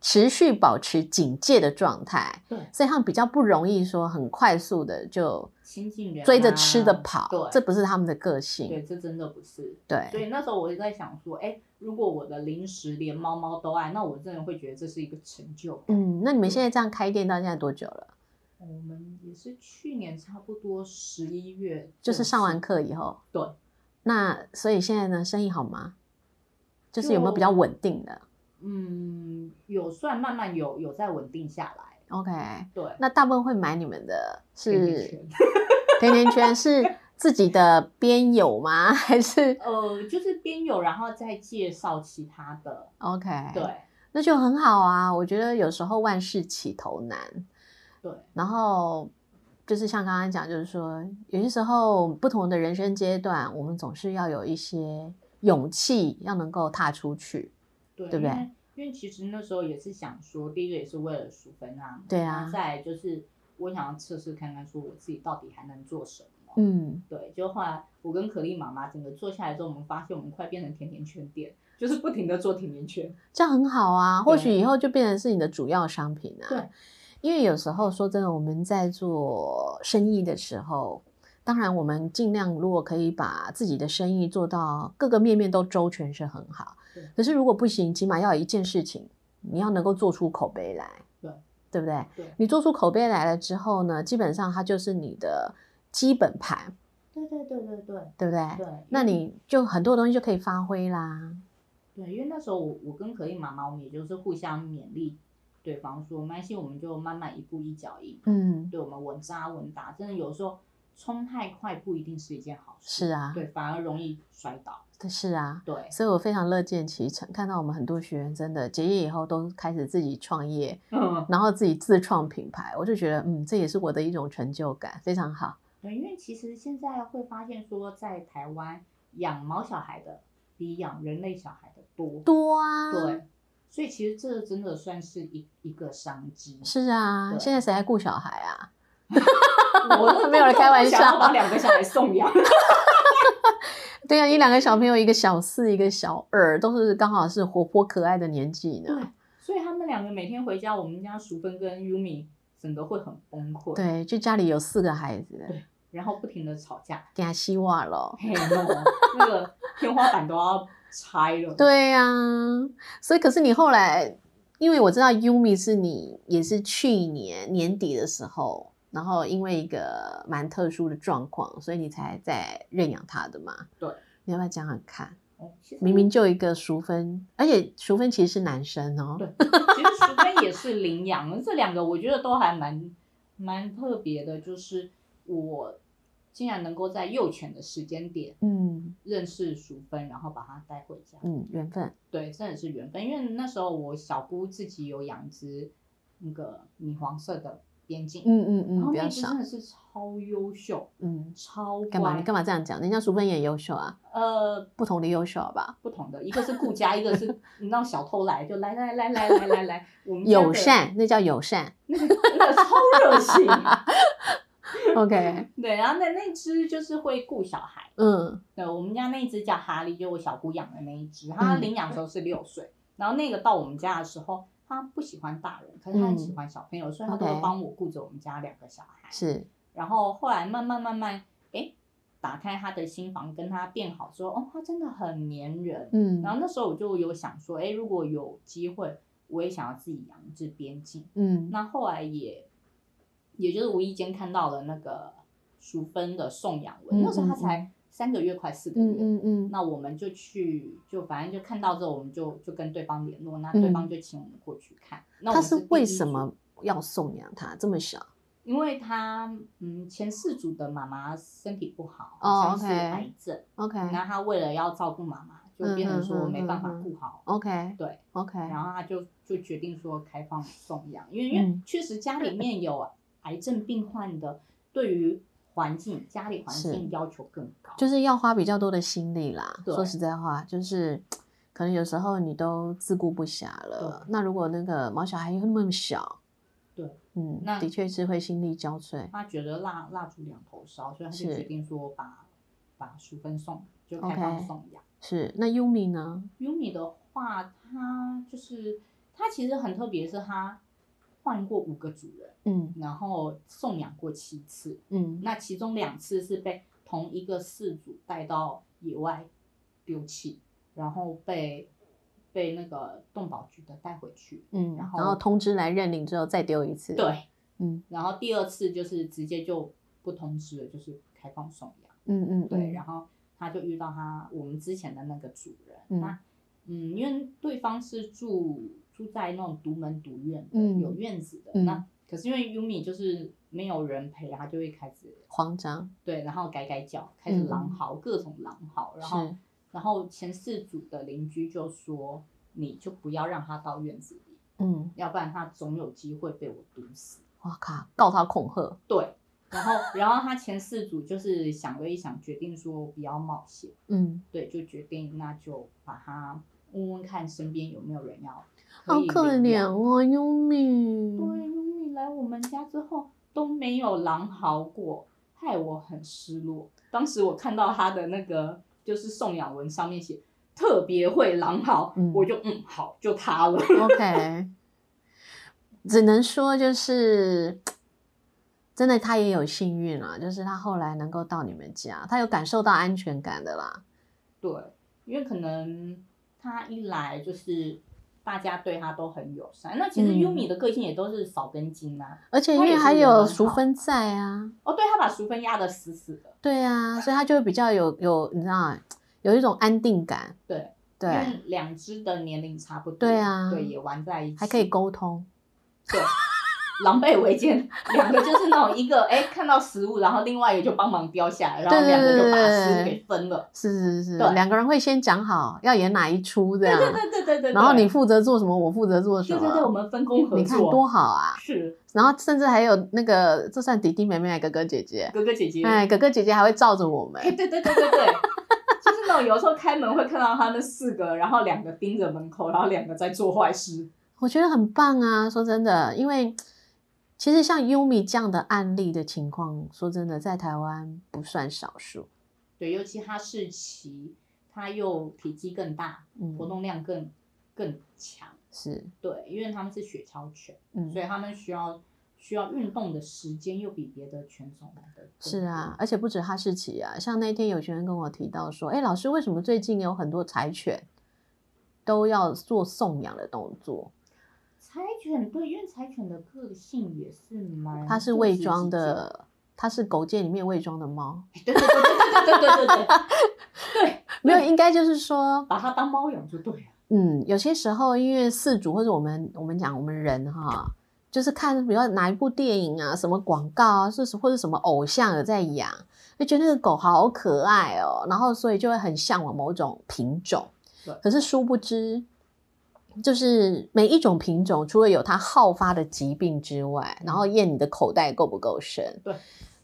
Speaker 1: 持续保持警戒的状态。
Speaker 2: 对
Speaker 1: 所以它们比较不容易说很快速的就
Speaker 2: [LAUGHS] 亲近人啊
Speaker 1: 追着吃的跑，
Speaker 2: 对
Speaker 1: 这不是它们的个性。
Speaker 2: 对，这真的不是。
Speaker 1: 对
Speaker 2: 所以那时候我就在想说，哎，如果我的零食连猫猫都爱，那我真的会觉得这是一个成就感。
Speaker 1: 嗯，那你们现在这样开店到现在多久了？
Speaker 2: 我们也是去年差不多十一月，
Speaker 1: 就是上完课以后。
Speaker 2: 对。
Speaker 1: 那所以现在呢，生意好吗？就是有没有
Speaker 2: 就
Speaker 1: 比较稳定的
Speaker 2: 嗯，有算慢慢有有在稳定下来，
Speaker 1: ？OK，
Speaker 2: 对。
Speaker 1: 那大部分会买你们的
Speaker 2: 甜
Speaker 1: 是
Speaker 2: 甜圈
Speaker 1: 甜甜圈是自己的边友吗？ [LAUGHS] 还是
Speaker 2: 呃，就是边有，然后再介绍其他的，
Speaker 1: OK？
Speaker 2: 对，
Speaker 1: 那就很好啊。我觉得有时候万事起头难，
Speaker 2: 对，
Speaker 1: 然后就是像刚刚讲，就是说有些时候不同的人生阶段，我们总是要有一些勇气，要能够踏出去。
Speaker 2: 对，
Speaker 1: 对不对
Speaker 2: 因为？因为其实那时候也是想说，第一个也是为了淑芬啊，
Speaker 1: 对啊
Speaker 2: 然后再来就是我想要测试看看，说我自己到底还能做什么。
Speaker 1: 嗯，
Speaker 2: 对，就后来我跟可丽妈妈整个坐下来之后，我们发现我们快变成甜甜圈店，就是不停的做甜甜圈。
Speaker 1: 这样很好啊。或许
Speaker 2: 对
Speaker 1: 以后就变成是你的主要商品啊。
Speaker 2: 对，
Speaker 1: 因为有时候说真的，我们在做生意的时候，当然我们尽量如果可以把自己的生意做到各个面面都周全是很好
Speaker 2: 对。
Speaker 1: 可是如果不行，起码要有一件事情，你要能够做出口碑来，
Speaker 2: 对
Speaker 1: 对不对？
Speaker 2: 对
Speaker 1: 你做出口碑来了之后呢，基本上它就是你的基本盘，
Speaker 2: 对对对对对
Speaker 1: 对不对？
Speaker 2: 对。
Speaker 1: 那
Speaker 2: 因为
Speaker 1: 你就很多东西就可以发挥啦。
Speaker 2: 对，因为那时候我我跟可丽妈妈，我们也就是互相勉励，对方说，没关系，我们就慢慢一步一脚印，
Speaker 1: 嗯，
Speaker 2: 对我们稳扎稳打。真的有时候冲太快不一定是一件好事，
Speaker 1: 是啊，
Speaker 2: 对，反而容易摔倒。
Speaker 1: 是啊， [LAUGHS]
Speaker 2: 对，
Speaker 1: 所以我非常乐见其成，看到我们很多学员真的结业以后都开始自己创业，
Speaker 2: 嗯，
Speaker 1: 然后自己自创品牌，我就觉得，嗯，这也是我的一种成就感，非常好。
Speaker 2: 对，因为其实现在会发现说，在台湾养毛小孩的比养人类小孩的多，
Speaker 1: 多啊，
Speaker 2: 对，，所以其实这真的算是一一个商机。
Speaker 1: 是啊，
Speaker 2: 对
Speaker 1: 现在谁还顾小孩啊？
Speaker 2: 我都
Speaker 1: 没有人开玩
Speaker 2: [LAUGHS]
Speaker 1: 笑
Speaker 2: 想要把两个小孩送养。
Speaker 1: 对啊，你两个小朋友，一个小四，一个小二，都是刚好是活泼可爱的年纪呢。
Speaker 2: 对，所以他们两个每天回家，我们家淑芬跟 Yumi 整个会很崩溃，，
Speaker 1: 对，就家里有四个孩子
Speaker 2: 对，然后不停的吵架，
Speaker 1: 给他希望咯。
Speaker 2: 嘿，那那个天花板都要拆了。，
Speaker 1: 对呀、所以可是你后来，因为我知道 Yumi 是你也是去年年底的时候，然后因为一个蛮特殊的状况，所以你才在认养他的嘛。
Speaker 2: 对，
Speaker 1: 你要不要讲讲看？
Speaker 2: 哦、其实
Speaker 1: 明明就一个淑芬，而且淑芬其实是男生哦。
Speaker 2: 对其实淑芬也是领养，这两个我觉得都还蛮蛮特别的，就是我竟然能够在幼犬的时间点
Speaker 1: 嗯
Speaker 2: 认识淑芬，然后把它带回家。
Speaker 1: 嗯，缘分。
Speaker 2: 对，真的是缘分。因为那时候我小姑自己有养只那个米黄色的边境，
Speaker 1: 嗯嗯
Speaker 2: 然
Speaker 1: 嗯，
Speaker 2: 后
Speaker 1: 比较
Speaker 2: 那只
Speaker 1: 少
Speaker 2: 真。的是超优秀，
Speaker 1: 嗯，
Speaker 2: 超乖。
Speaker 1: 干嘛你干嘛这样讲？人家淑芬也优秀啊，
Speaker 2: 呃，
Speaker 1: 不同的优秀好吧？
Speaker 2: 不同的，一个是顾家，一个是你知道小偷来就来来来来来来来，我们家的
Speaker 1: 友，善，那叫友
Speaker 2: [LAUGHS]
Speaker 1: 善。
Speaker 2: 那个那个超热情。
Speaker 1: OK，
Speaker 2: 对，然后那那只就是会顾小孩。
Speaker 1: 嗯
Speaker 2: 对，我们家那一只叫哈利，就我小姑养的那一只，
Speaker 1: 嗯
Speaker 2: 它领养的时候是六岁，然后那个到我们家的时候，它不喜欢大人，可是它很喜欢小朋友，所以它都
Speaker 1: 嗯 OK
Speaker 2: 帮我顾着我们家两个小孩。
Speaker 1: 是，
Speaker 2: 然后后来慢慢慢慢，哎，打开他的心房，跟他变好之后，哦，他真的很粘人。
Speaker 1: 嗯
Speaker 2: 然后那时候我就有想说，哎，如果有机会，我也想要自己养一只边境。
Speaker 1: 嗯
Speaker 2: 那后来也，也就是无意间看到了那个淑芬的送养文，
Speaker 1: 嗯
Speaker 2: 那时候他
Speaker 1: 嗯
Speaker 2: 才三个月，快四个月。
Speaker 1: 嗯嗯嗯，
Speaker 2: 那我们就去，就反正就看到之后，我们就就跟对方联络，那对方就请我们过去看。那我
Speaker 1: 嗯他
Speaker 2: 们
Speaker 1: 是
Speaker 2: 第
Speaker 1: 为
Speaker 2: 一
Speaker 1: 什
Speaker 2: 组
Speaker 1: 么要送养他这么小？
Speaker 2: 因为他嗯前四组的妈妈身体不好，
Speaker 1: 哦
Speaker 2: 好像是
Speaker 1: OK
Speaker 2: 癌症，
Speaker 1: OK
Speaker 2: 那他为了要照顾妈妈，就变成
Speaker 1: 嗯
Speaker 2: 说没办法顾好，
Speaker 1: OK
Speaker 2: 对，
Speaker 1: 哦 OK，
Speaker 2: 然后他就就决定说开放送养，因为因为
Speaker 1: 嗯
Speaker 2: 确实家里面有癌症病患的，对于环境家里环境要求更高，
Speaker 1: 就是要花比较多的心力啦。
Speaker 2: 对
Speaker 1: 说实在话，就是可能有时候你都自顾不暇了。那如果那个毛小孩又那么小，
Speaker 2: 对，
Speaker 1: 嗯，
Speaker 2: 那
Speaker 1: 的确是会心力交瘁。
Speaker 2: 他觉得蜡蜡烛两头烧，所以他就是决定说把把淑芬送就开放
Speaker 1: OK
Speaker 2: 送养。
Speaker 1: 是，那优米呢？
Speaker 2: Yumi 的话，他就是他其实很特别，是他换过五个主人，
Speaker 1: 嗯
Speaker 2: 然后送养过七次，
Speaker 1: 嗯，
Speaker 2: 那其中两次是被同一个饲主带到野外丢弃，然后被被那个动保局的带回去。
Speaker 1: 嗯，然
Speaker 2: 然
Speaker 1: 后
Speaker 2: 后
Speaker 1: 通知来认领之后再丢一次。，
Speaker 2: 对，
Speaker 1: 嗯
Speaker 2: 然后第二次就是直接就不通知了，就是开放送养。
Speaker 1: 嗯嗯，
Speaker 2: 对，
Speaker 1: 嗯
Speaker 2: 然后他就遇到他我们之前的那个主人，
Speaker 1: 嗯
Speaker 2: 那嗯，因为对方是住住在那种独门独院的，
Speaker 1: 嗯
Speaker 2: 有院子的，
Speaker 1: 嗯
Speaker 2: 那可是因为 Yumi 就是没有人陪，他就会开始
Speaker 1: 慌张
Speaker 2: 对，然后改改叫，开始狼嚎，各种狼嚎，然后
Speaker 1: 是，
Speaker 2: 然后前四组的邻居就说，你就不要让他到院子里，
Speaker 1: 嗯，
Speaker 2: 要不然他总有机会被我毒死。
Speaker 1: 哇靠，告他恐吓，
Speaker 2: 对，然后然后他前四组就是想了一想，决定说不要冒险。
Speaker 1: 嗯，
Speaker 2: 对，就决定那就把它问问看身边有没有人要
Speaker 1: 好
Speaker 2: 以
Speaker 1: 可
Speaker 2: 领
Speaker 1: 怜
Speaker 2: 养。
Speaker 1: 哦，优米。
Speaker 2: 对，因为来我们家之后都没有狼嚎过，害我很失落。当时我看到他的那个就是送养文上面写特别会狼嚎，
Speaker 1: 嗯
Speaker 2: 我就嗯好就他了。 [LAUGHS]
Speaker 1: OK，只能说就是真的，他也有幸运啦，就是他后来能够到你们家，他有感受到安全感的啦。
Speaker 2: 对，因为可能他一来就是。大家对他都很友善，那其实
Speaker 1: 嗯
Speaker 2: Yumi 的个性也都是少根筋啊。
Speaker 1: 而且因为还有淑芬在啊，
Speaker 2: 哦，对，他把淑芬压得死死的。
Speaker 1: 对啊，所以他就会比较有有你知道啊有一种安定感，
Speaker 2: 对，因
Speaker 1: 对，
Speaker 2: 为两只的年龄差不多，
Speaker 1: 对啊
Speaker 2: 对，也玩在一起，
Speaker 1: 还可以沟通，
Speaker 2: 对，狼狈为奸，两个就是那种一个哎看到食物，然后另外一个就帮忙叼下来，然后
Speaker 1: 对
Speaker 2: 两个就把
Speaker 1: 对对
Speaker 2: 食
Speaker 1: 对
Speaker 2: 物给分了。
Speaker 1: 是是是，
Speaker 2: 对
Speaker 1: 两个人会先讲好要演哪一出这
Speaker 2: 对
Speaker 1: 样，
Speaker 2: 对对对对对。
Speaker 1: 然后你负责做什么，我负责做什
Speaker 2: 对
Speaker 1: 么，
Speaker 2: 对对，我们分工合作，
Speaker 1: 你看多好啊！
Speaker 2: 是
Speaker 1: 然后甚至还有那个，这算弟弟妹妹还是哥哥姐姐？
Speaker 2: 哥哥姐姐。
Speaker 1: 哎，哥哥姐姐还会罩着我们
Speaker 2: 哎，，对对对对对，就是那种有时候开门会看到他们四个，然后两个盯着门口，然后两个在做坏事。
Speaker 1: 我觉得很棒啊！说真的，因为其实像优米这样的案例的情况，说真的，在台湾不算少数。
Speaker 2: 对，尤其他是骑，他又体积更大，活
Speaker 1: 嗯，
Speaker 2: 动量更更强。
Speaker 1: 是，
Speaker 2: 对，因为他们是雪橇犬，
Speaker 1: 嗯
Speaker 2: 所，以他们需要需要运动的时间又比别的犬种来的。
Speaker 1: 是啊，，而且不止哈士奇啊，像那天有学生跟我提到说，哎，老师，为什么最近有很多柴犬都要做送养的动作？
Speaker 2: 柴犬对，因为柴犬的个性也是蛮，
Speaker 1: 它是伪装，的，它是狗界里面伪装的猫，
Speaker 2: 对对对对对对对对对，对，
Speaker 1: 没有，应该就是说，
Speaker 2: 把它当猫养就对了。
Speaker 1: 嗯，有些时候因为饲主或者我们我们讲我们人哈，就是看比如说哪一部电影啊，什么广告啊，是或者什么偶像有在养，就觉得那个狗好可爱哦，然后所以就会很向往某种品种
Speaker 2: 对。
Speaker 1: 可是殊不知，就是每一种品种除了有它好发的疾病之外，然后验你的口袋够不够深。
Speaker 2: 对，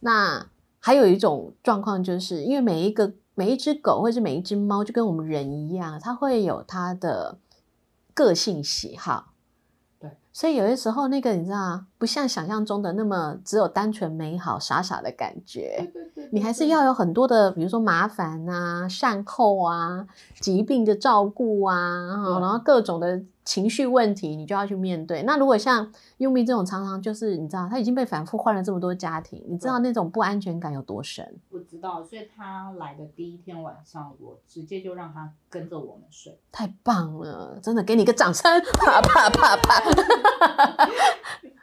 Speaker 1: 那还有一种状况，就是因为每一个每一只狗或者是每一只猫，就跟我们人一样，它会有它的个性喜好。
Speaker 2: 对，
Speaker 1: 所以有些时候那个你知道啊，不像想象中的那么只有单纯美好、傻傻的感
Speaker 2: 对
Speaker 1: 觉。
Speaker 2: 对对，
Speaker 1: 你还是
Speaker 2: 对
Speaker 1: 要有很多的，比如说麻烦啊、善后啊、疾病的照顾啊，哈
Speaker 2: 对
Speaker 1: 然后各种的情绪问题，你就要去面对。那如果像优米这种，常常就是你知道，他已经被反复换了这么多家庭，你知道那种不安全感有多深？
Speaker 2: 我知道，所以他来的第一天晚上，我直接就让他跟着我们睡。
Speaker 1: 太棒了，真的给你一个掌声，啪啪啪啪！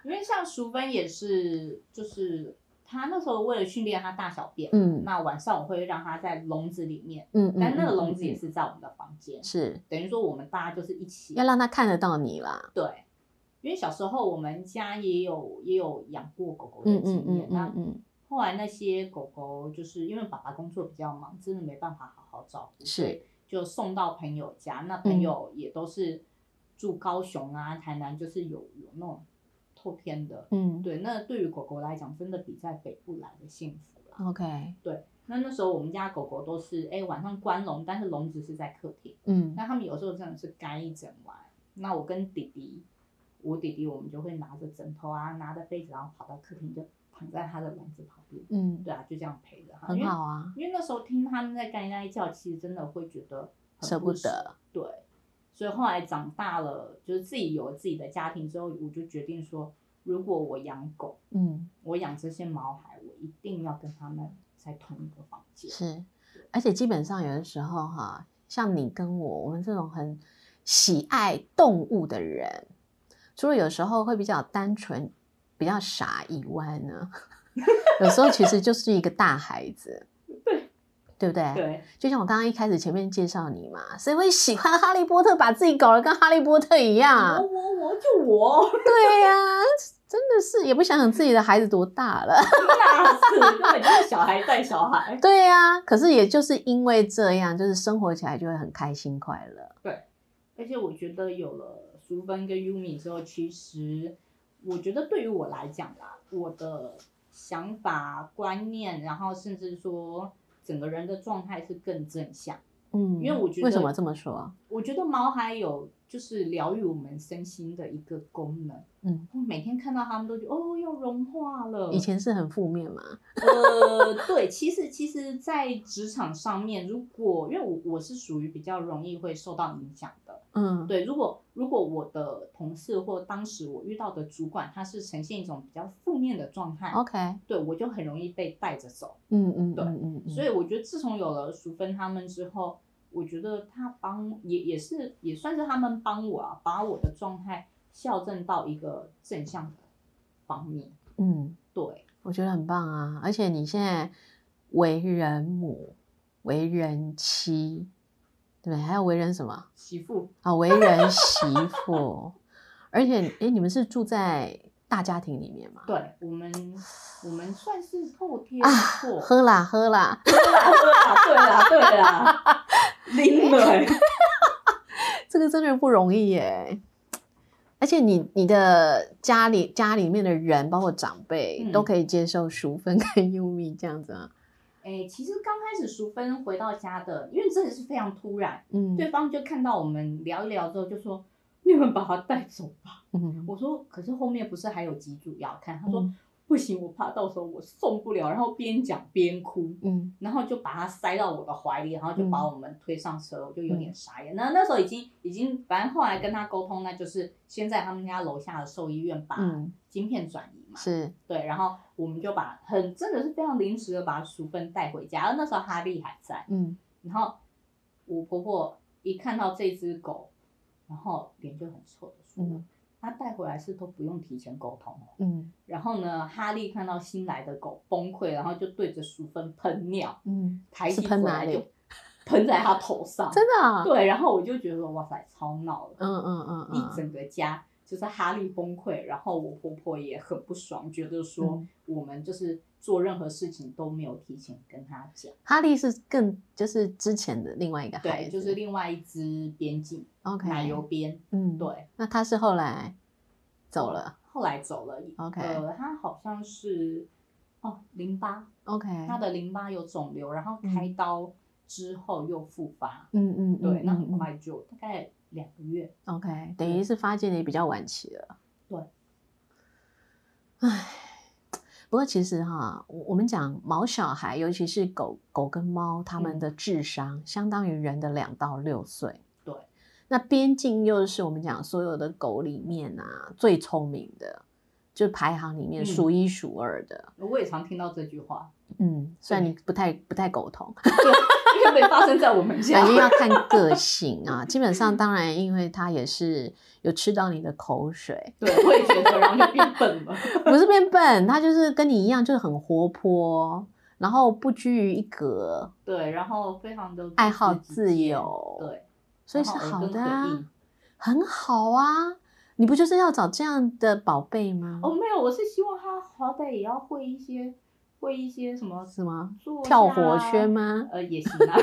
Speaker 2: 因为像淑芬也是，就是他那时候为了训练他大小便，
Speaker 1: 嗯
Speaker 2: 那晚上我会让他在笼子里面，
Speaker 1: 嗯，嗯
Speaker 2: 但那个笼
Speaker 1: 嗯
Speaker 2: 子也
Speaker 1: 嗯
Speaker 2: 是在我们的房间，
Speaker 1: 是
Speaker 2: 等于说我们大家就是一起
Speaker 1: 要让他看得到你啦。
Speaker 2: 对。因为小时候我们家也有也有养过狗狗的
Speaker 1: 嗯
Speaker 2: 经
Speaker 1: 嗯嗯，
Speaker 2: 验那
Speaker 1: 嗯嗯，
Speaker 2: 后来那些狗狗就是因为爸爸工作比较忙，真的没办法好好照顾，
Speaker 1: 是嗯
Speaker 2: 所以就送到朋友家。那朋友也都是住高雄啊、台南，就是有有那种透天的。
Speaker 1: 嗯
Speaker 2: 对，那对于狗狗来讲，真的比在北部来的幸福啦。
Speaker 1: ，OK，
Speaker 2: 那那时候我们家狗狗都是，哎，晚上关笼，但是笼子是在客厅。
Speaker 1: 嗯
Speaker 2: 那他们有时候真的是干一整晚。那我跟弟弟，我弟弟我们就会拿着枕头啊，拿着被子，然后跑到客厅，就躺在他的笼子旁边。
Speaker 1: 嗯，
Speaker 2: 对啊，就这样陪着他，
Speaker 1: 很
Speaker 2: 因为
Speaker 1: 好啊，
Speaker 2: 因为那时候听他们在干那一叫，其实真的会觉得很
Speaker 1: 舍不
Speaker 2: 舍
Speaker 1: 得。
Speaker 2: 对，所以后来长大了，就是自己有了自己的家庭之后，我就决定说，如果我养狗，
Speaker 1: 嗯，
Speaker 2: 我养这些毛孩，我一定要跟他们在同一个房间。
Speaker 1: 是，而且基本上有的时候哈，像你跟我，我们这种很喜爱动物的人，除了有时候会比较单纯、比较傻以外呢， [LAUGHS] 有时候其实就是一个大孩子，
Speaker 2: 对
Speaker 1: 对不对？
Speaker 2: 对，
Speaker 1: 就像我刚刚一开始前面介绍你嘛，谁会喜欢哈利波特，把自己搞得跟哈利波特一样
Speaker 2: 我？我我就我，
Speaker 1: 对呀、真的是也不想想自己的孩子多大了。
Speaker 2: [LAUGHS] 那是根本啊就是小 [LAUGHS] 孩带小孩。
Speaker 1: 对呀、可是也就是因为这样，就是生活起来就会很开心快乐。
Speaker 2: 而且我觉得有了淑芬跟 Yumi 之后，其实我觉得对于我来讲啦，我的想法、观念，然后甚至说整个人的状态是更正向。
Speaker 1: 嗯
Speaker 2: 因为我觉得
Speaker 1: 为什么这么说？
Speaker 2: 我觉得毛孩有就是疗愈我们身心的一个功能。
Speaker 1: 嗯，
Speaker 2: 我每天看到他们都觉得哦，要融化了。
Speaker 1: 以前是很负面嘛。
Speaker 2: 呃，对，其实其实，在职场上面，如果因为我我是属于比较容易会受到影响的，
Speaker 1: 嗯，
Speaker 2: 对，如果如果我的同事或当时我遇到的主管，他是呈现一种比较负面的状态，
Speaker 1: ，OK，
Speaker 2: 对我就很容易被带着走。
Speaker 1: 嗯嗯
Speaker 2: 对
Speaker 1: 嗯嗯嗯，
Speaker 2: 所以我觉得自从有了淑芬他们之后，我觉得他帮也也是也算是他们帮我啊，把我的状态校正到一个正向的方面。
Speaker 1: 嗯，
Speaker 2: 对，
Speaker 1: 我觉得很棒啊。而且你现在为人母、为人妻，对不对？还要为人什么？
Speaker 2: 媳妇
Speaker 1: 啊，为人媳妇， [LAUGHS] 而且，哎，你们是住在大家庭里面吗？
Speaker 2: 对我们，我们算是后天
Speaker 1: 啊
Speaker 2: 错， [LAUGHS]
Speaker 1: 喝啦喝啦，
Speaker 2: 对啦对啊啦对啊啦，
Speaker 1: [LAUGHS]
Speaker 2: 拎了，
Speaker 1: 这个真的不容易耶。而且你你的家里家里面的人，包括长辈，
Speaker 2: 嗯
Speaker 1: 都可以接受淑芬跟优米这样子啊。
Speaker 2: 哎、其实刚开始淑芬回到家的，因为真的是非常突然，
Speaker 1: 嗯，
Speaker 2: 对方就看到我们聊一聊之后就说：“你们把他带走吧。”
Speaker 1: 嗯，
Speaker 2: 我说：“可是后面不是还有几组要看？”他说：“
Speaker 1: 嗯
Speaker 2: 不行，我怕到时候我送不了。”然后边讲边哭，
Speaker 1: 嗯
Speaker 2: 然后就把他塞到我的怀里，然后就
Speaker 1: 嗯
Speaker 2: 把我们推上车，我就有点傻眼。那那时候已经已经，反正后来跟他沟通，那就是先在他们家楼下的兽医院把
Speaker 1: 嗯，
Speaker 2: 晶片转移嘛，
Speaker 1: 是，
Speaker 2: 对，然后我们就把很真的是非常临时的把淑芬带回家，然后那时候哈利还在。
Speaker 1: 嗯，
Speaker 2: 然后我婆婆一看到这只狗，然后脸就很臭的说，
Speaker 1: 嗯
Speaker 2: 她带回来是都不用提前沟通哦。
Speaker 1: 嗯
Speaker 2: 然后呢，哈利看到新来的狗崩溃，然后就对着淑芬喷尿，
Speaker 1: 嗯，
Speaker 2: 抬
Speaker 1: 是
Speaker 2: 起
Speaker 1: 喷
Speaker 2: 回
Speaker 1: 哪
Speaker 2: 来就
Speaker 1: 里？
Speaker 2: 喷在他头上。
Speaker 1: 真的啊、
Speaker 2: 对，然后我就觉得哇塞，超闹了，
Speaker 1: 嗯嗯嗯嗯，
Speaker 2: 一整个家就是哈利崩溃，然后我婆婆也很不爽，觉得说
Speaker 1: 嗯
Speaker 2: 我们就是做任何事情都没有提前跟他讲。
Speaker 1: 哈利是更就是之前的另外一个孩
Speaker 2: 对，
Speaker 1: 子，
Speaker 2: 就是另外一只边境
Speaker 1: OK
Speaker 2: 奶油，边，
Speaker 1: 嗯，。
Speaker 2: 对，
Speaker 1: 那他是后来走了
Speaker 2: 后来走了。
Speaker 1: OK
Speaker 2: 呃，他好像是哦淋巴，
Speaker 1: ，OK，
Speaker 2: 他的淋巴有肿瘤，然后开刀之后又复发，
Speaker 1: 嗯嗯，
Speaker 2: 对，
Speaker 1: 嗯
Speaker 2: 那
Speaker 1: 嗯
Speaker 2: 很
Speaker 1: 嗯
Speaker 2: 快就大概两
Speaker 1: [LAUGHS]
Speaker 2: 个月。
Speaker 1: OK，等于是发现的也比较晚期了。
Speaker 2: 对。
Speaker 1: 唉，不过其实哈，我我们讲毛小孩，尤其是狗狗跟猫，它们
Speaker 2: 嗯
Speaker 1: 的智商相当于人的两到六岁。
Speaker 2: 对。
Speaker 1: 那边境又是我们讲所有的狗里面啊最聪明的，就排行里面
Speaker 2: 嗯
Speaker 1: 数一数二的。
Speaker 2: 我也常听到这句话， [LAUGHS]
Speaker 1: 嗯，虽然你不太不太苟同，
Speaker 2: [LAUGHS] 因为没发生在我们家
Speaker 1: 感。觉要看个性啊。基本上，当然因为它也是有吃到你的口水，
Speaker 2: 对，我也觉得，然后就变笨了。
Speaker 1: 不是变笨，他就是跟你一样，就是很活泼，然后不拘于一格，
Speaker 2: 对，然后非常的
Speaker 1: 爱好自由
Speaker 2: 对，
Speaker 1: 所以是
Speaker 2: 然后耳
Speaker 1: 好
Speaker 2: 根
Speaker 1: 的
Speaker 2: 很
Speaker 1: 啊
Speaker 2: 硬，
Speaker 1: 很好啊。你不就是要找这样的宝贝吗？
Speaker 2: 哦，没有，我是希望他好歹也要会一些，会一些什么
Speaker 1: 是吗？
Speaker 2: 坐
Speaker 1: 跳
Speaker 2: 下
Speaker 1: 火
Speaker 2: 啊
Speaker 1: 圈吗？
Speaker 2: 呃，也行
Speaker 1: [LAUGHS]
Speaker 2: 啊。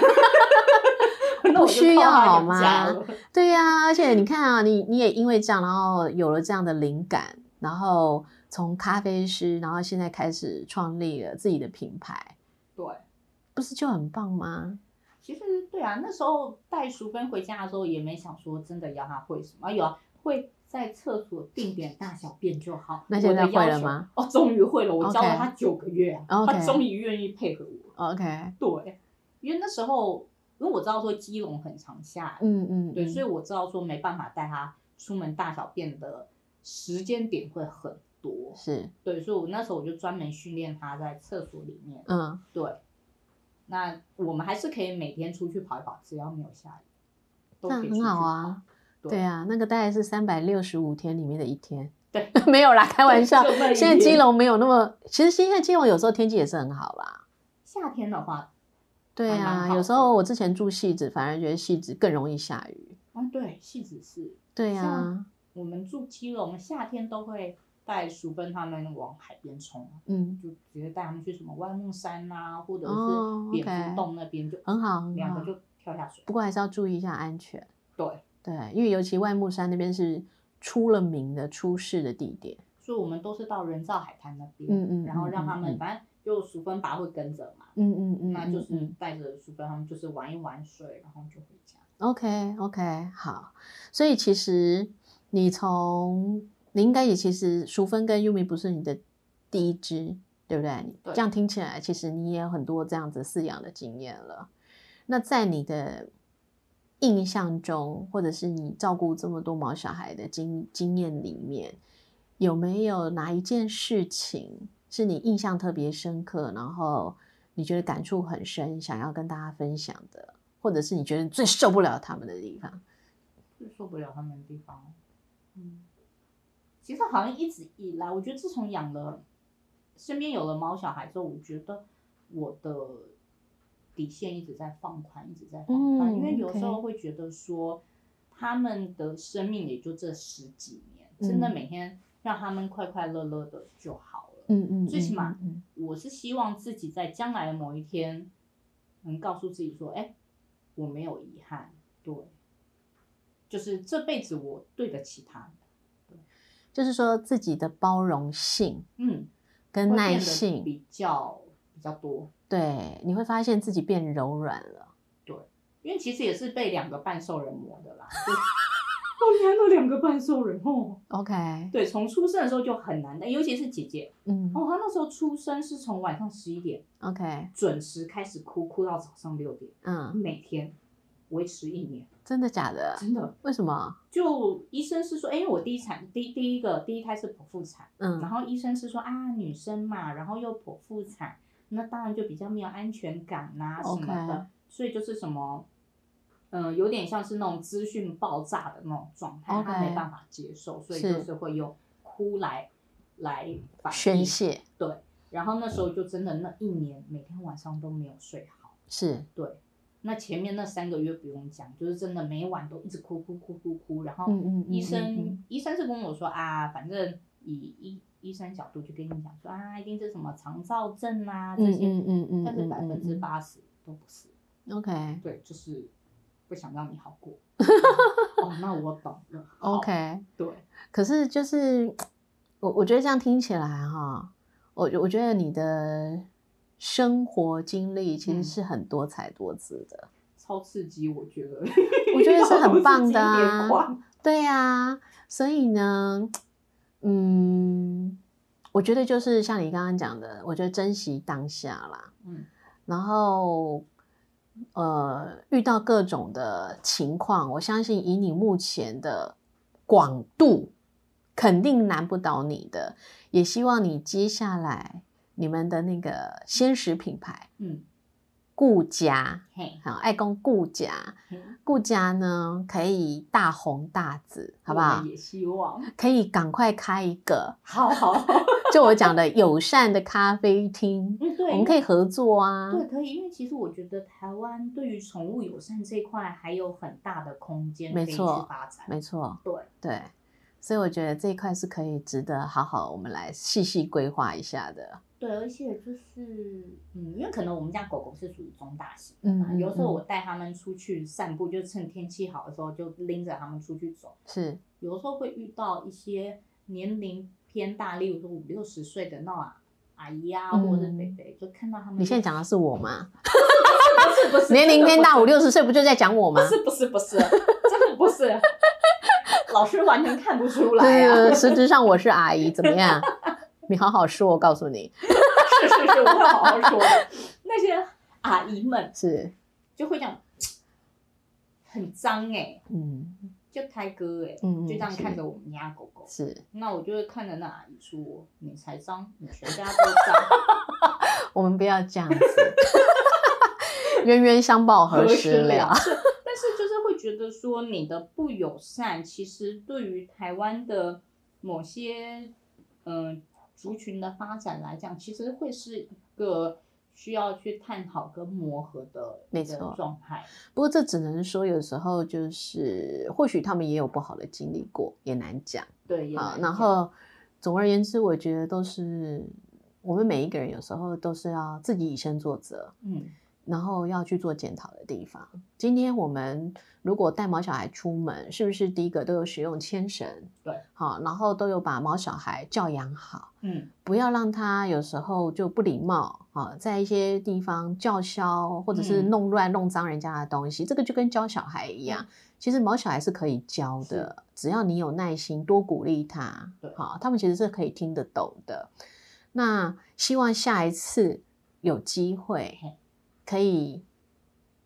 Speaker 2: 那
Speaker 1: 不
Speaker 2: 我就
Speaker 1: 需
Speaker 2: 靠
Speaker 1: 要
Speaker 2: 他
Speaker 1: 好
Speaker 2: 养家
Speaker 1: 吗
Speaker 2: 了？
Speaker 1: 对呀、而且你看啊，你你也因为这样，然后有了这样的灵感，然后从咖啡师，然后现在开始创立了自己的品牌，
Speaker 2: 对，
Speaker 1: 不是就很棒吗？
Speaker 2: 其实对啊，那时候带淑芬回家的时候也没想说真的要她会什么，有啊，会在厕所定点大小便就好。
Speaker 1: 那现在
Speaker 2: 我的要
Speaker 1: 会了
Speaker 2: 求
Speaker 1: 吗？
Speaker 2: 哦，终于会了，我教
Speaker 1: OK
Speaker 2: 了她九个月啊，她
Speaker 1: OK
Speaker 2: 终于愿意配合我。
Speaker 1: OK，
Speaker 2: 对，因为那时候因为我知道说基隆很常下雨，
Speaker 1: 嗯嗯，
Speaker 2: 对，
Speaker 1: 嗯
Speaker 2: 所以我知道说没办法带她出门大小便的时间点会很多。
Speaker 1: 是
Speaker 2: 对，所以我那时候我就专门训练他在厕所里面。
Speaker 1: 嗯
Speaker 2: 对，那我们还是可以每天出去跑一跑，只要没有下雨，都可
Speaker 1: 那
Speaker 2: 以出去
Speaker 1: 很好啊
Speaker 2: 跑。对
Speaker 1: 对啊，那个大概是三百六十五天里面的一天。
Speaker 2: 对，
Speaker 1: [LAUGHS] 没有啦，开玩笑
Speaker 2: 就那。一
Speaker 1: 现在
Speaker 2: 天
Speaker 1: 基隆没有那么，其实现在基隆有时候天气也是很好啦。
Speaker 2: 夏天的话，
Speaker 1: 对
Speaker 2: 还蛮
Speaker 1: 啊，
Speaker 2: 好的
Speaker 1: 有时候我之前住戏子，反而觉得戏子更容易下雨。
Speaker 2: 啊，对，戏子是
Speaker 1: 对啊
Speaker 2: 像，我们住基隆，夏天都会带淑芬他们往海边冲，啊
Speaker 1: 嗯，
Speaker 2: 就直接带他们去什么万木山啊，或者
Speaker 1: 哦
Speaker 2: 是蝙
Speaker 1: ，OK 嗯
Speaker 2: 蝠洞那边，就
Speaker 1: 很好很
Speaker 2: 两
Speaker 1: 好
Speaker 2: 个。就跳下水。
Speaker 1: 不过还是要注意一下安全。
Speaker 2: 对，
Speaker 1: 对，因为尤其外木山那边是出了名的出事的地点。
Speaker 2: 所以我们都是到人造海滩那边，
Speaker 1: 嗯嗯
Speaker 2: 然后让他
Speaker 1: 嗯嗯
Speaker 2: 们
Speaker 1: 嗯
Speaker 2: 反正就淑芬爸会跟着嘛，
Speaker 1: 嗯嗯嗯，
Speaker 2: 那就是
Speaker 1: 嗯嗯
Speaker 2: 带着书包，他们就是玩一玩水，然后就回家。
Speaker 1: OK OK，好，所以其实你从你应该也其实淑芬跟 Yumi 不是你的第一只，对不对？你
Speaker 2: 对
Speaker 1: 这样听起来，其实你也有很多这样子饲养的经验了。那在你的印象中，或者是你照顾这么多毛小孩的经经验里面，有没有哪一件事情是你印象特别深刻，然后你觉得感触很深，想要跟大家分享的？或者是你觉得最受不了他们的地方？
Speaker 2: 最受不了他们的地方，嗯，其实好像一直以来，我觉得自从养了身边有了毛小孩之后，我觉得我的底线一直在放宽，一直在放宽，
Speaker 1: 嗯
Speaker 2: 因为有
Speaker 1: OK
Speaker 2: 时候会觉得说他们的生命也就这十几年，真的每天让他们快快乐乐的就好了。
Speaker 1: 嗯嗯，
Speaker 2: 最起码
Speaker 1: 嗯，嗯
Speaker 2: 我是希望自己在将来的某一天，能告诉自己说，哎、我没有遗憾，对，就是这辈子我对得起他，
Speaker 1: 就是说自己的包容性
Speaker 2: 嗯，
Speaker 1: 跟耐
Speaker 2: 会变得
Speaker 1: 性，
Speaker 2: 比较比较多，
Speaker 1: 对，你会发现自己变柔软了。
Speaker 2: 因为其实也是被两个半兽人磨的啦。
Speaker 1: [LAUGHS]
Speaker 2: 就哦，你还有两个半兽人哦。
Speaker 1: OK，
Speaker 2: 对，从出生的时候就很难的，尤其是姐姐
Speaker 1: 嗯
Speaker 2: 哦，她那时候出生是从晚上十一点
Speaker 1: ，OK，
Speaker 2: 准时开始哭，哭到早上六点，
Speaker 1: 嗯，
Speaker 2: 每天维持一年，
Speaker 1: 真的假的？
Speaker 2: 真的。
Speaker 1: 为什么？
Speaker 2: 就医生是说，哎、因为我第一产第第一个第一胎是剖腹产，然
Speaker 1: 嗯
Speaker 2: 后医生是说啊，女生嘛，然后又剖腹产，那当然就比较没有安全感呐、什么的
Speaker 1: OK
Speaker 2: 所以就是什么，嗯、有点像是那种资讯爆炸的那种状态
Speaker 1: OK
Speaker 2: 他没办法接受，所以
Speaker 1: 是
Speaker 2: 就是会用哭来来反
Speaker 1: 宣
Speaker 2: 应
Speaker 1: 泄
Speaker 2: 对，然后那时候就真的那一年每天晚上都没有睡好。
Speaker 1: 是，
Speaker 2: 对，那前面那三个月不用讲，就是真的每晚都一直哭哭哭哭哭，然后
Speaker 1: 嗯嗯嗯
Speaker 2: 医生、
Speaker 1: 嗯嗯
Speaker 2: 医生是跟我说啊，反正以医医生角度就跟你讲说啊，一定是什么肠躁症啊这
Speaker 1: 嗯
Speaker 2: 些，
Speaker 1: 嗯嗯嗯，
Speaker 2: 但是
Speaker 1: 嗯
Speaker 2: 百分之
Speaker 1: 嗯
Speaker 2: 八十都不是，
Speaker 1: 嗯 OK
Speaker 2: 对，就是不想让你好
Speaker 1: [LAUGHS]
Speaker 2: 过。哦，那我懂了。好
Speaker 1: OK，
Speaker 2: 对，
Speaker 1: 可是就是我我觉得这样听起来哈，我我觉得你的生活经历其实
Speaker 2: 嗯
Speaker 1: 是很多彩多姿的，
Speaker 2: 超刺激，我觉得。
Speaker 1: 我觉得是
Speaker 2: [LAUGHS]
Speaker 1: 很棒的
Speaker 2: 遇到
Speaker 1: 啊
Speaker 2: 都是经典款
Speaker 1: 对呀、所以呢，嗯，我觉得就是像你刚刚讲的，我觉得珍惜当下啦，
Speaker 2: 嗯
Speaker 1: 然后呃，遇到各种的情况，我相信以你目前的广度，肯定难不倒你的。也希望你接下来你们的那个鲜食品牌
Speaker 2: 嗯，
Speaker 1: 顾家，
Speaker 2: 嘿，
Speaker 1: 好爱公顾家，
Speaker 2: 嘿
Speaker 1: 顾家呢可以大红大紫，好不
Speaker 2: 我
Speaker 1: 好
Speaker 2: 们？也希望，
Speaker 1: 可以赶快开一个，
Speaker 2: 好好，
Speaker 1: 就我讲的友善的咖啡厅，
Speaker 2: 嗯，
Speaker 1: [LAUGHS]
Speaker 2: 对，
Speaker 1: 我们可以合作啊。
Speaker 2: 对，可以，因为其实我觉得台湾对于宠物友善这一块还有很大的空间可
Speaker 1: 没
Speaker 2: 以去
Speaker 1: 错
Speaker 2: 发展。
Speaker 1: 没错，
Speaker 2: 对
Speaker 1: 对，所以我觉得这一块是可以值得好好我们来细细规划一下的。
Speaker 2: 对，而且就是，嗯，因为可能我们家狗狗是属于中大型的
Speaker 1: 嗯
Speaker 2: 嘛，
Speaker 1: 嗯
Speaker 2: 有时候
Speaker 1: 嗯
Speaker 2: 我带它们出去散步，就趁天气好的时候就拎着它们出去走，
Speaker 1: 是，
Speaker 2: 有时候会遇到一些年龄偏大，例如说五六十岁的那种啊阿姨啊，或者
Speaker 1: 嗯
Speaker 2: 伯伯，就看到他们，
Speaker 1: 你现在讲的是我吗？
Speaker 2: 不是不是
Speaker 1: 年龄偏大，
Speaker 2: 五
Speaker 1: 五六十岁不就在讲我吗
Speaker 2: 不？是不是不是，真的不是，老师完全看不出来啊。 [LAUGHS]
Speaker 1: 对，实质上我是阿姨，怎么样？你好好说，我告诉你，
Speaker 2: 是是是，我会好好说的。那些阿姨们
Speaker 1: 是，
Speaker 2: 就会讲，很脏哎、
Speaker 1: 嗯，
Speaker 2: 就胎哥哎、
Speaker 1: 嗯
Speaker 2: 就这样
Speaker 1: 是
Speaker 2: 看着我们家狗狗。
Speaker 1: 是
Speaker 2: 那我就会看着那阿姨说：“你才脏，你全家都脏，
Speaker 1: 我们不要这样子， [LAUGHS] 冤冤相报 [LAUGHS] 何时了？ [LAUGHS]
Speaker 2: 是 [LAUGHS] 但是就是会觉得说你的不友善，其实对于台湾的某些嗯、族群的发展来讲，其实会是一个需要去探讨跟磨合的一
Speaker 1: 没
Speaker 2: 个
Speaker 1: 错
Speaker 2: 状态。
Speaker 1: 不过这只能说，有时候就是或许他们也有不好的经历过，也难讲。
Speaker 2: 对，也
Speaker 1: 好，
Speaker 2: 蛮
Speaker 1: 然
Speaker 2: 像
Speaker 1: 后总而言之，我觉得都是我们每一个人有时候都是要自己以身作则，
Speaker 2: 嗯。”
Speaker 1: 然后要去做检讨的地方。今天我们如果带毛小孩出门，是不是第一个都有使用牵绳？
Speaker 2: 对，
Speaker 1: 好，然后都有把毛小孩教养好，
Speaker 2: 嗯
Speaker 1: 不要让他有时候就不礼貌啊，在一些地方叫嚣或者是
Speaker 2: 嗯
Speaker 1: 弄乱弄脏人家的东西，这个就跟教小孩一样。其实毛小孩是可以教的，只要你有耐心，多鼓励他
Speaker 2: 对，
Speaker 1: 好，他们其实是可以听得懂的。那希望下一次有机会
Speaker 2: 嘿
Speaker 1: 可以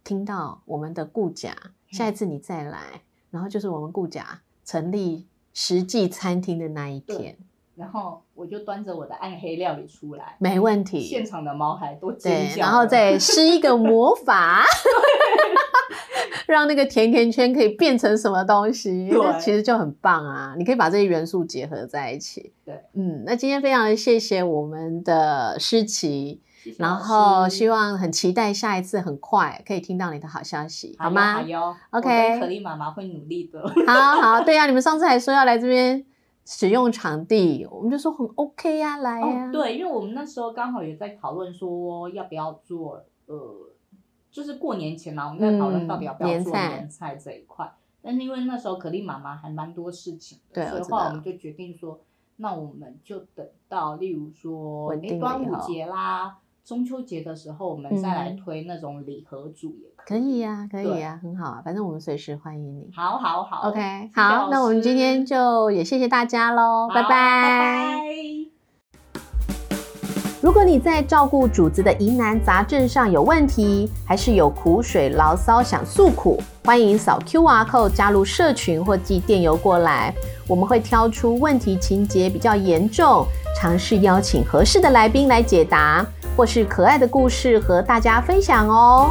Speaker 1: 听到我们的顾家，下一次你再来，然后就是我们顾家成立实际餐厅的那一
Speaker 2: 对
Speaker 1: 天，，
Speaker 2: 然后我就端着我的暗黑料理出来，
Speaker 1: 没问题。
Speaker 2: 现场的猫孩都尖
Speaker 1: 对，
Speaker 2: 叫了，
Speaker 1: 然后
Speaker 2: [LAUGHS]
Speaker 1: 再施一个魔法， [LAUGHS] 让那个甜甜圈可以变成什么东西，
Speaker 2: 对
Speaker 1: 那其实就很棒啊！你可以把这些元素结合在一起。
Speaker 2: 对，
Speaker 1: 嗯，那今天非常地谢谢我们的诗琪，
Speaker 2: 谢谢老
Speaker 1: 然
Speaker 2: 师
Speaker 1: 后希望很期待下一次很快可以听到你的好消息，
Speaker 2: 好
Speaker 1: 吗？ [LAUGHS]
Speaker 2: 哟好哟
Speaker 1: OK [LAUGHS]
Speaker 2: 我跟可丽妈妈会努力的。
Speaker 1: 啊好好，对呀、你们上次还说要来这边使用场地，我们就说很 OK 呀、来呀、
Speaker 2: 哦，，对，因为我们那时候刚好也在讨论说要不要做，呃，就是过年前嘛，我们在讨论
Speaker 1: 嗯
Speaker 2: 到底要不要
Speaker 1: 年
Speaker 2: 做
Speaker 1: 菜
Speaker 2: 年菜这一块。但是因为那时候可丽妈妈还蛮多事情的，
Speaker 1: 对
Speaker 2: 所以
Speaker 1: 我知
Speaker 2: 后来
Speaker 1: 道
Speaker 2: 我们就决定说，那我们就等到例如说，
Speaker 1: 稳定
Speaker 2: 哎，
Speaker 1: 了
Speaker 2: 端
Speaker 1: 以
Speaker 2: 午
Speaker 1: 后
Speaker 2: 节啦、中秋节的时候，我们再来
Speaker 1: 嗯
Speaker 2: 推那种礼盒组也可
Speaker 1: 可
Speaker 2: 以。
Speaker 1: 以呀、可以
Speaker 2: 对
Speaker 1: 呀、很好啊，反正我们随时欢迎你。
Speaker 2: 好好好
Speaker 1: OK，
Speaker 2: 谢谢
Speaker 1: 好，
Speaker 2: 老
Speaker 1: 那我们今天
Speaker 2: 师
Speaker 1: 就也谢谢大家喽，
Speaker 2: 好
Speaker 1: 哦拜
Speaker 2: 拜拜
Speaker 1: 如果你在照顾主子的疑难杂症上有问题，还是有苦水牢骚想诉苦，欢迎扫 QR code 加入社群或寄电邮过来，我们会挑出问题情节比较严重，尝试邀请合适的来宾来解答，或是可爱的故事和大家分享哦。